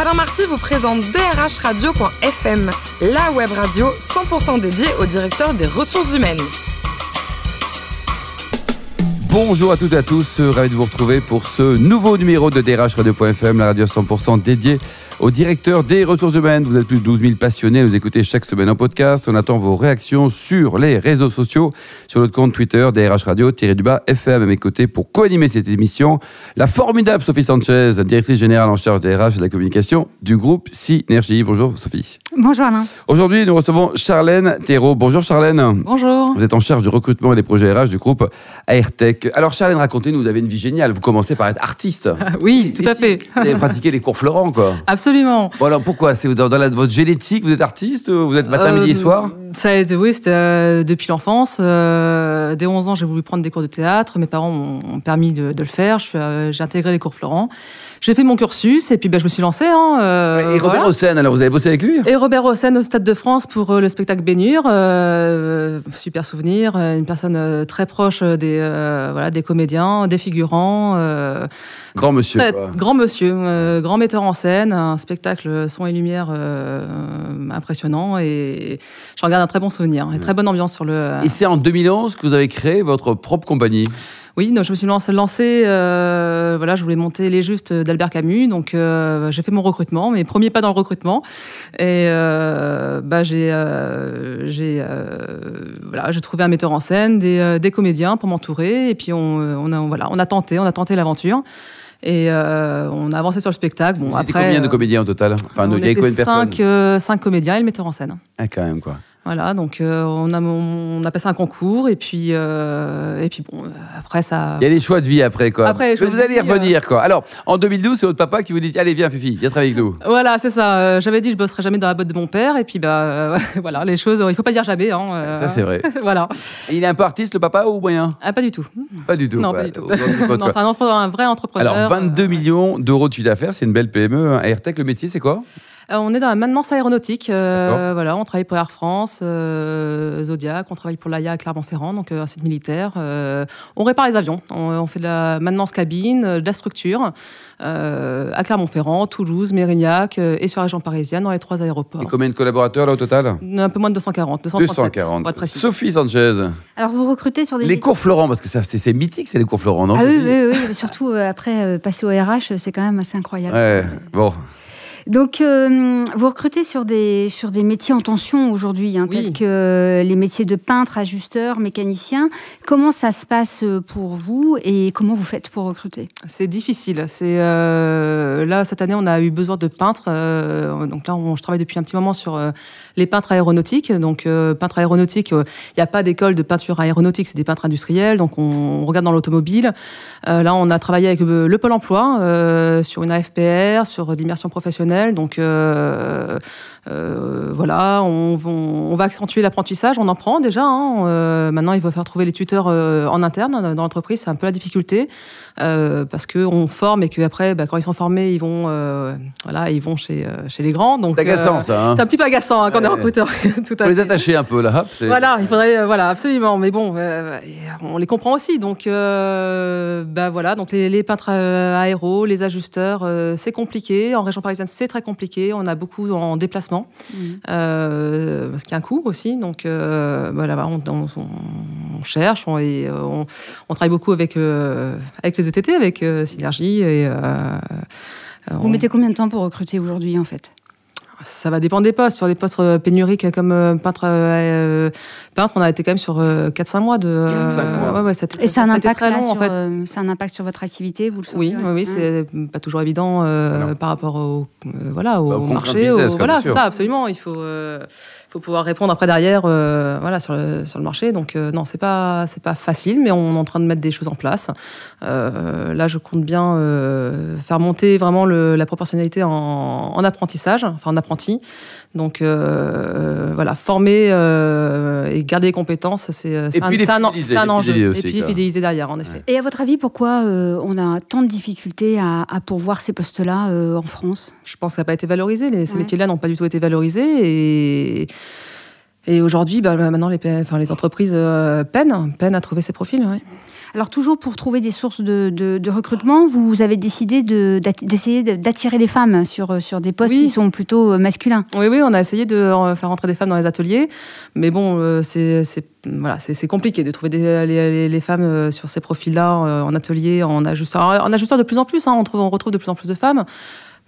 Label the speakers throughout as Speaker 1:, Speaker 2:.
Speaker 1: Alain Marty vous présente drhradio.fm, la web radio 100% dédiée au directeur des ressources humaines.
Speaker 2: Bonjour à toutes et à tous, euh, ravi de vous retrouver pour ce nouveau numéro de DRH Radio.fm, la radio 100% dédiée au directeur des ressources humaines. Vous êtes plus de 12 000 passionnés, vous écoutez chaque semaine en podcast. On attend vos réactions sur les réseaux sociaux, sur notre compte Twitter, DRH Radio-du-bas FM à mes côtés pour co-animer cette émission. La formidable Sophie Sanchez, directrice générale en charge des RH et de la communication du groupe Synergie. Bonjour Sophie.
Speaker 3: Bonjour Alain.
Speaker 2: Aujourd'hui, nous recevons Charlène Thérault. Bonjour Charlène.
Speaker 4: Bonjour.
Speaker 2: Vous êtes en charge du recrutement et des projets RH du groupe AirTech. E Alors, Charlène, racontez-nous, vous avez une vie géniale. Vous commencez par être artiste.
Speaker 4: Ah Oui, tout à fait.
Speaker 2: Vous avez pratiqué les cours Florent, quoi.
Speaker 4: Absolument.
Speaker 2: Bon, alors pourquoi C'est dans, dans la- votre génétique Vous êtes artiste Vous êtes matin, midi et
Speaker 4: Euh,
Speaker 2: soir
Speaker 4: Ça a été, oui, c'était euh, depuis l'enfance. Euh, dès 11 ans, j'ai voulu prendre des cours de théâtre. Mes parents m'ont m'ont permis de, de le faire. Je suis, euh, J'ai intégré les cours Florent. J'ai fait mon cursus et puis ben, je me suis lancée. Hein, euh,
Speaker 2: Et Robert
Speaker 4: voilà.
Speaker 2: Hossein, alors vous avez bossé avec lui
Speaker 4: Et Robert Hossein au Stade de France pour euh, le spectacle Bénure. Euh, super souvenir, euh, une personne euh, très proche des, euh, voilà, des comédiens, des figurants. euh,
Speaker 2: Grand monsieur,
Speaker 4: Très-
Speaker 2: quoi.
Speaker 4: grand monsieur, euh, grand metteur en scène, un spectacle son et lumière euh, impressionnant et j'en garde un très bon souvenir, une très bonne ambiance sur le.
Speaker 2: Et c'est en 2011 que vous avez créé votre propre compagnie.
Speaker 4: Oui, donc je me suis lancée, lancée, euh, voilà, je voulais monter les justes d'Albert Camus, donc euh, j'ai fait mon recrutement, mes premiers pas dans le recrutement et euh, bah j'ai euh, j'ai euh, voilà, j'ai trouvé un metteur en scène, des, euh, des comédiens pour m'entourer et puis on, euh, on a voilà, on a tenté, on a tenté l'aventure. Et euh, on a avancé sur le spectacle. Bon,
Speaker 2: C'était
Speaker 4: après,
Speaker 2: combien de
Speaker 4: euh,
Speaker 2: comédiens au total Enfin, de-
Speaker 4: on
Speaker 2: il y avait
Speaker 4: était
Speaker 2: combien de personnes
Speaker 4: cinq, euh, cinq comédiens et le metteur en scène.
Speaker 2: Ah, quand même, quoi.
Speaker 4: Voilà, donc euh, on, a, on a passé un concours et puis, euh, et puis bon, euh, après ça.
Speaker 2: Il y a les choix de vie après, quoi.
Speaker 4: Après, les
Speaker 2: Mais
Speaker 4: choix
Speaker 2: vous
Speaker 4: de
Speaker 2: allez y
Speaker 4: vie, euh,
Speaker 2: revenir, quoi. Alors, en 2012, c'est votre papa qui vous dit Allez, viens, Fifi, viens travailler avec nous.
Speaker 4: Voilà, c'est ça. euh, J'avais dit je bosserai jamais dans la botte de mon père et puis bah euh, voilà, les choses, il faut pas dire jamais. Hein, euh,
Speaker 2: Ça, c'est vrai.
Speaker 4: voilà,
Speaker 2: Et il est un peu artiste, le papa, ou moyen
Speaker 4: ah, pas du tout.
Speaker 2: Pas du tout.
Speaker 4: non,
Speaker 2: quoi.
Speaker 4: pas du tout.
Speaker 2: Au grand du pote,
Speaker 4: non,
Speaker 2: quoi.
Speaker 4: c'est un, entre- un vrai entrepreneur.
Speaker 2: Alors, 22
Speaker 4: euh,
Speaker 2: millions d'euros de chiffre d'affaires, c'est une belle PME. hein. AirTech, le métier, c'est quoi
Speaker 4: euh, on est dans la maintenance aéronautique. euh,
Speaker 2: D'accord.
Speaker 4: voilà, on travaille pour Air France, euh, Zodiac, on travaille pour l'AIA à Clermont-Ferrand, donc euh, un site militaire. euh, on répare les avions. On, on fait de la maintenance cabine, euh, de la structure euh, à Clermont-Ferrand, Toulouse, Mérignac euh, et sur la région parisienne dans les trois aéroports.
Speaker 2: Et combien de collaborateurs, là, au total
Speaker 4: Un peu moins de 240, 237, pour être
Speaker 2: 240.
Speaker 4: précis.
Speaker 2: Sophie Sanchez,
Speaker 3: Alors vous recrutez sur des
Speaker 2: les
Speaker 3: listes-
Speaker 2: cours Florent, parce que ça, c'est c'est mythique, c'est les cours Florent, non
Speaker 4: hein,
Speaker 3: Ah
Speaker 2: je
Speaker 3: oui,
Speaker 2: dis
Speaker 3: oui, oui, mais surtout euh, après euh, passer au RH, c'est quand même assez incroyable.
Speaker 2: Ouais, bon.
Speaker 3: Donc euh, vous recrutez sur des, sur des métiers en tension aujourd'hui, hein,
Speaker 4: Oui.
Speaker 3: tels que euh, les métiers de peintre, ajusteur, mécanicien. Comment ça se passe euh, pour vous et comment vous faites pour recruter
Speaker 4: C'est difficile. C'est euh, là cette année, on a eu besoin de peintres. euh, donc là, on, je travaille depuis un petit moment sur euh, les peintres aéronautiques. Donc euh, peintres aéronautiques, euh, il n'y a pas d'école de peinture aéronautique, c'est des peintres industriels. Donc on, on regarde dans l'automobile. Euh, là, on a travaillé avec le, le pôle emploi euh, sur une AFPR, sur l'immersion professionnelle. Donc euh, euh, voilà, on, va- on va accentuer l'apprentissage, on en prend déjà. hein. Euh, maintenant, il va falloir trouver les tuteurs euh, en interne dans dans l'entreprise, c'est un peu la difficulté euh, parce que on forme et qu'après, bah, quand ils sont formés, ils vont, euh, voilà, ils vont chez, euh, chez les grands. Donc
Speaker 2: C'est agaçant,
Speaker 4: euh,
Speaker 2: ça. Hein.
Speaker 4: c'est un petit peu agaçant hein, quand
Speaker 2: Ouais.
Speaker 4: on est recruteur. Tout à
Speaker 2: Faut les
Speaker 4: fait.
Speaker 2: attacher un peu, là. hop, c'est-
Speaker 4: Voilà, il faudrait, euh, voilà, absolument. Mais bon, euh, et on les comprend aussi. Donc, euh, bah voilà, donc les, les peintres euh, aéros, les ajusteurs, euh, c'est compliqué. En région parisienne, c'est très compliqué. On a beaucoup en déplacement, euh, ce qui a un coût aussi. Donc, euh, voilà, on, on- on- on cherche on, et euh, on, on travaille beaucoup avec euh, avec les ETT, avec euh, Synergie et. euh,
Speaker 3: Vous
Speaker 4: on-
Speaker 3: mettez combien de temps pour recruter aujourd'hui en fait
Speaker 4: ça va dépendre des postes. Sur des postes euh, pénuriques comme euh, peintre, euh, euh, peintre, on a été quand même sur euh, 4-5 mois de. euh,
Speaker 2: 4-5 mois.
Speaker 4: ouais, ouais, ça a été-
Speaker 3: Et ça a un
Speaker 4: ça a été
Speaker 3: impact
Speaker 4: très
Speaker 3: là,
Speaker 4: long,
Speaker 3: sur,
Speaker 4: en fait.
Speaker 3: euh, ça a un impact sur votre activité, vous le hein. sentez
Speaker 4: Oui,
Speaker 2: hein,
Speaker 4: oui, oui, c'est pas toujours évident euh,
Speaker 2: Non.
Speaker 4: par rapport au, euh, voilà, au,
Speaker 2: Hum. Bah, au contrat
Speaker 4: marché.
Speaker 2: business,
Speaker 4: au-
Speaker 2: quoi,
Speaker 4: voilà,
Speaker 2: bien
Speaker 4: c'est
Speaker 2: sûr.
Speaker 4: ça, absolument. Il faut, euh, faut pouvoir répondre après derrière, euh, voilà, sur le, sur le marché. Donc euh, non, c'est pas, c'est pas facile, mais on est en train de mettre des choses en place. Euh, là, je compte bien euh, faire monter vraiment le- la proportionnalité en, en apprentissage, enfin en apprenti. Donc euh, voilà, former euh, et garder les compétences, c'est c'est un,
Speaker 2: puis les
Speaker 4: c'est un en-
Speaker 2: fidéliser,
Speaker 4: c'est un
Speaker 2: les fidéliser
Speaker 4: enjeu.
Speaker 2: aussi,
Speaker 4: et puis les
Speaker 2: quoi.
Speaker 4: fidéliser derrière, en effet.
Speaker 3: Et à votre avis, pourquoi euh, on a tant de difficultés à, à pourvoir ces postes-là euh, en France
Speaker 4: je pense que ça n'a pas été valorisé. Les- ces
Speaker 3: Ouais.
Speaker 4: métiers-là n'ont pas du tout été valorisés. Et, bah, et aujourd'hui, bah, maintenant, les, pa- enfin, les entreprises euh, peinent, peinent à trouver ces profils. ouais.
Speaker 3: Alors toujours pour trouver des sources de, de- de recrutement, vous avez décidé de- d'atti- d'essayer de- d'attirer les femmes sur, sur des postes
Speaker 4: Oui.
Speaker 3: qui sont plutôt euh, masculins.
Speaker 4: Oui, oui, on a essayé de euh, faire rentrer des femmes dans les ateliers, mais bon, euh, c'est c'est- voilà, c'est c'est compliqué de trouver des, les, les- les femmes euh, sur ces profils-là euh, en atelier, en ajusteur. Alors, En ajusteur de plus en plus, hein, on, trouve, on retrouve de plus en plus de femmes,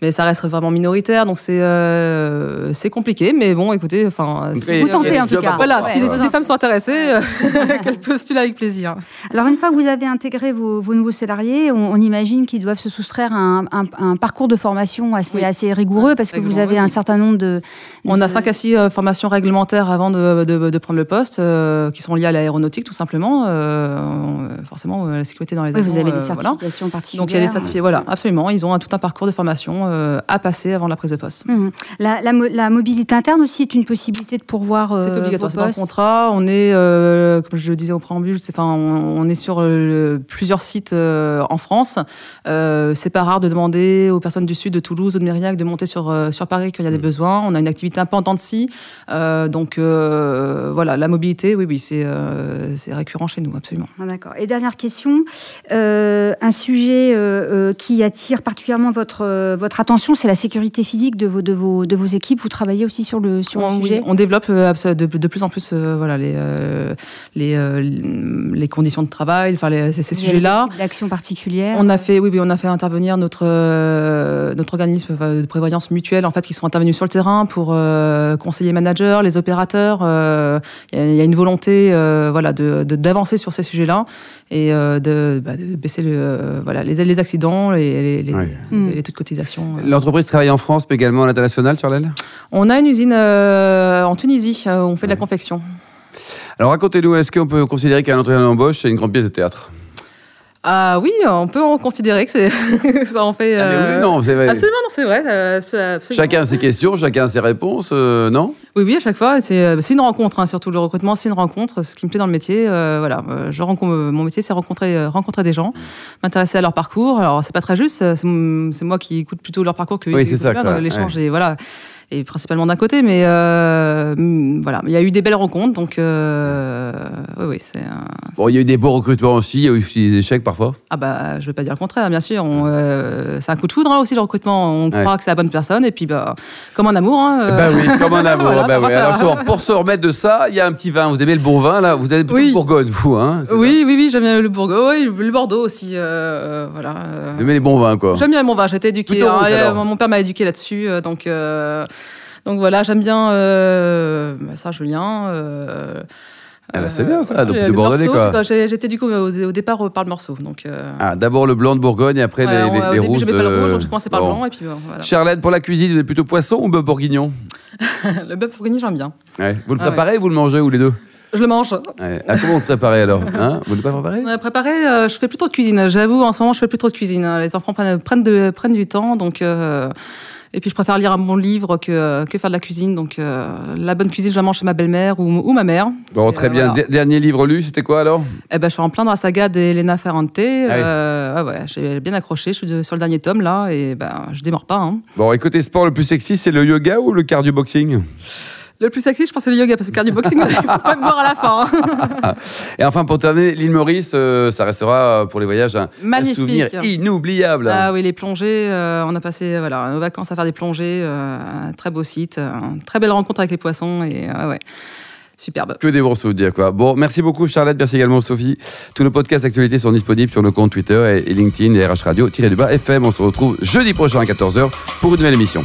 Speaker 4: mais ça reste vraiment minoritaire, donc c'est euh, c'est compliqué. Mais bon, écoutez, enfin,
Speaker 2: Donc,
Speaker 4: si-
Speaker 2: il y a-
Speaker 3: Vous tentez,
Speaker 2: il y a
Speaker 3: en
Speaker 2: du job
Speaker 3: tout cas.
Speaker 2: à
Speaker 4: Voilà,
Speaker 2: pourvoir,
Speaker 3: Ah, Ouais,
Speaker 4: si les,
Speaker 2: ouais.
Speaker 4: si
Speaker 3: voilà.
Speaker 4: les femmes sont intéressées, euh, qu'elles postulent avec plaisir.
Speaker 3: Alors une fois que vous avez intégré vos, vos nouveaux salariés, on, on imagine qu'ils doivent se soustraire à un, un- un parcours de formation assez,
Speaker 4: Oui.
Speaker 3: assez rigoureux
Speaker 4: Ouais,
Speaker 3: parce que vous
Speaker 4: rigoureux,
Speaker 3: avez un
Speaker 4: oui.
Speaker 3: certain nombre de...
Speaker 4: On a
Speaker 3: de-
Speaker 4: 5 à 6 formations réglementaires avant de, de- de prendre le poste, euh, qui sont liées à l'aéronautique, tout simplement. euh, on- forcément, euh, la sécurité dans les
Speaker 3: Oui,
Speaker 4: avions.
Speaker 3: vous avez des
Speaker 4: euh, voilà.
Speaker 3: certifications particulières.
Speaker 4: Donc il y a les certifiés, voilà, absolument. Ils ont un, tout un parcours de formation euh, à passer avant la prise de poste.
Speaker 3: Mhm. La, la mo- la mobilité interne aussi est une possibilité de pourvoir euh,
Speaker 4: C'est
Speaker 3: vos
Speaker 4: obligatoire, c'est dans le
Speaker 3: postes.
Speaker 4: contrat. On est, euh, comme je le disais au préambule, c'est, enfin, on, on est sur euh, plusieurs sites euh, en France. Euh, c'est pas rare de demander aux personnes du sud, de Toulouse, ou de Mériac, de monter sur euh, sur Paris quand il y a des
Speaker 2: Mm.
Speaker 4: besoins. On a une activité un peu en dents de scie. Euh, donc euh, voilà, la mobilité, oui, oui, c'est euh, c'est récurrent chez nous, absolument.
Speaker 3: Ah, D'accord. Et dernière question, euh, un sujet euh, euh, qui attire particulièrement votre, euh, votre attention, c'est la sécurité physique de vos, de, vos, de vos équipes. Vous travaillez aussi sur le, sur
Speaker 4: on,
Speaker 3: le
Speaker 4: Oh, oui,
Speaker 3: sujet
Speaker 4: on développe euh, abso- de, de plus en plus euh, voilà, les, euh, les, euh, les conditions de travail, enfin, les- ces, ces
Speaker 3: Vous avez
Speaker 4: sujets-là.
Speaker 3: des types d'actions particulières
Speaker 4: On a fait, oui, oui, on a fait intervenir notre euh, notre organisme euh, de prévoyance mutuelle, en fait, qui sont intervenus sur le terrain pour euh, conseiller managers, les opérateurs. euh, Il y, a- il y a une volonté, euh, voilà, de de- d'avancer sur ces sujets-là et euh, de, bah, de baisser le, euh, voilà, les les accidents, les les, les,
Speaker 2: Ouais.
Speaker 4: les- les taux de cotisation. euh.
Speaker 2: L'entreprise travaille en France, mais également à l'international, Charlène
Speaker 4: On a une usine euh, en Tunisie euh, où on fait de la confection.
Speaker 2: Alors racontez-nous, est-ce qu'on peut considérer qu'un entretien d'embauche, c'est une grande pièce de théâtre
Speaker 4: Ah oui, on peut en considérer que c'est ça en fait.
Speaker 2: Ah, mais
Speaker 4: euh,
Speaker 2: oui, non, c'est vrai.
Speaker 4: Absolument, non, c'est vrai. euh, absolument.
Speaker 2: Chacun ses questions, chacun ses réponses, euh, non
Speaker 4: Oui, oui, à chaque fois, c'est euh, c'est une rencontre. hein, surtout le recrutement, c'est une rencontre. Ce qui me plaît dans le métier, euh, voilà, euh, je rencontre mon métier, c'est rencontrer euh, rencontrer des
Speaker 2: Mmh.
Speaker 4: gens, m'intéresser à leur parcours. Alors c'est pas très juste, euh, c'est mon- c'est moi qui écoute plutôt leur parcours que
Speaker 2: Oui,
Speaker 4: eux
Speaker 2: c'est
Speaker 4: écoutent
Speaker 2: ça,
Speaker 4: le mien,
Speaker 2: quoi,
Speaker 4: donc l'échange et voilà. Et principalement d'un côté, mais euh, hum, voilà, il y a eu des belles rencontres, donc euh, oui, oui, c'est. euh,
Speaker 2: Bon, il y a eu des beaux recrutements aussi, il y a eu aussi des échecs parfois.
Speaker 4: Ah bah, je vais pas dire le contraire, bien sûr. On, euh, c'est un coup de foudre hein, aussi le recrutement. On
Speaker 2: Ouais.
Speaker 4: croit que c'est la bonne personne et puis bah, comme un amour. Hein, euh,
Speaker 2: Ben oui, comme un amour.
Speaker 4: Voilà,
Speaker 2: ben
Speaker 4: parfois,
Speaker 2: oui.
Speaker 4: ça
Speaker 2: Alors
Speaker 4: va.
Speaker 2: justement, pour se remettre de ça, il y a un petit vin. Vous aimez le bon vin là Vous êtes plutôt
Speaker 4: Oui.
Speaker 2: de Bourgogne, vous, hein c'est
Speaker 4: Oui, oui, oui, j'aime bien le Bourgogne, oui, le Bordeaux aussi, euh, voilà. euh.
Speaker 2: ça Vous aimez les bons vins, quoi.
Speaker 4: J'aime bien mon vin, j'ai été éduquée.
Speaker 2: Plutôt rouge,
Speaker 4: euh,
Speaker 2: alors.
Speaker 4: mon père m'a éduquée là-dessus, euh, donc euh, donc voilà, j'aime bien euh, Saint-Julien. euh,
Speaker 2: Ah bah,
Speaker 4: euh,
Speaker 2: c'est bien, ça,
Speaker 4: voilà,
Speaker 2: donc
Speaker 4: le-
Speaker 2: plutôt
Speaker 4: le
Speaker 2: bordelais,
Speaker 4: morceau,
Speaker 2: quoi.
Speaker 4: parce que J'ai j'ai été du coup au, au départ euh, par le morceau, donc. euh,
Speaker 2: Ah, d'abord le blanc de Bourgogne, et après
Speaker 4: ouais,
Speaker 2: les, les,
Speaker 4: on-
Speaker 2: les
Speaker 4: au début,
Speaker 2: rouges.
Speaker 4: j'aimais pas
Speaker 2: de-
Speaker 4: le rouge, donc j'ai commencé par
Speaker 2: Bon.
Speaker 4: le blanc et puis euh, voilà.
Speaker 2: Charlène, pour la cuisine, vous êtes plutôt poisson ou bœuf bourguignon
Speaker 4: le bœuf bourguignon, j'aime bien.
Speaker 2: Ouais. Vous le
Speaker 4: Ah ouais.
Speaker 2: préparez ou vous le mangez ou les deux
Speaker 4: Je le mange.
Speaker 2: Ouais. Ah, comment vous le préparez alors hein Vous ne le pas préparez
Speaker 4: Ouais, préparé, euh, je fais plus trop de cuisine. J'avoue, en ce moment, je fais plus trop de cuisine. hein. Les enfants prennent, prennent, de, prennent du temps, donc. euh, et puis, je préfère lire un bon livre que, que faire de la cuisine. Donc, euh, la bonne cuisine, je la mange chez ma belle-mère ou, ou ma mère.
Speaker 2: Bon,
Speaker 4: Et,
Speaker 2: très
Speaker 4: euh,
Speaker 2: bien.
Speaker 4: voilà.
Speaker 2: Der- Dernier livre lu, c'était quoi alors
Speaker 4: Eh ben, je suis en plein dans la saga d'Elena Ferrante.
Speaker 2: Ah oui.
Speaker 4: Euh, ouais, ouais, j'ai bien accroché. Je suis de- sur le dernier tome, là, et ben, je démords pas. hein.
Speaker 2: Bon, et côté sport, le plus sexy, c'est le yoga ou le cardio boxing
Speaker 4: Le plus sexy, je pense, c'est le yoga, parce que cardio boxing, il faut pas me voir à la fin. hein.
Speaker 2: Et enfin, pour terminer, l'île Maurice, euh, ça restera euh, pour les voyages un, un
Speaker 4: Magnifique.
Speaker 2: souvenir inoubliable.
Speaker 4: Ah oui, les plongées. euh, on a passé voilà, nos vacances à faire des plongées. euh, un très beau site. euh, une très belle rencontre avec les poissons. Et euh, ouais, superbe.
Speaker 2: Que des bons souvenirs, quoi. Bon, merci beaucoup, Charlotte. Merci également, Sophie. Tous nos podcasts d'actualité sont disponibles sur nos comptes Twitter et et LinkedIn et RH Radio-du-bas FM. On se retrouve jeudi prochain à 14h pour une nouvelle émission.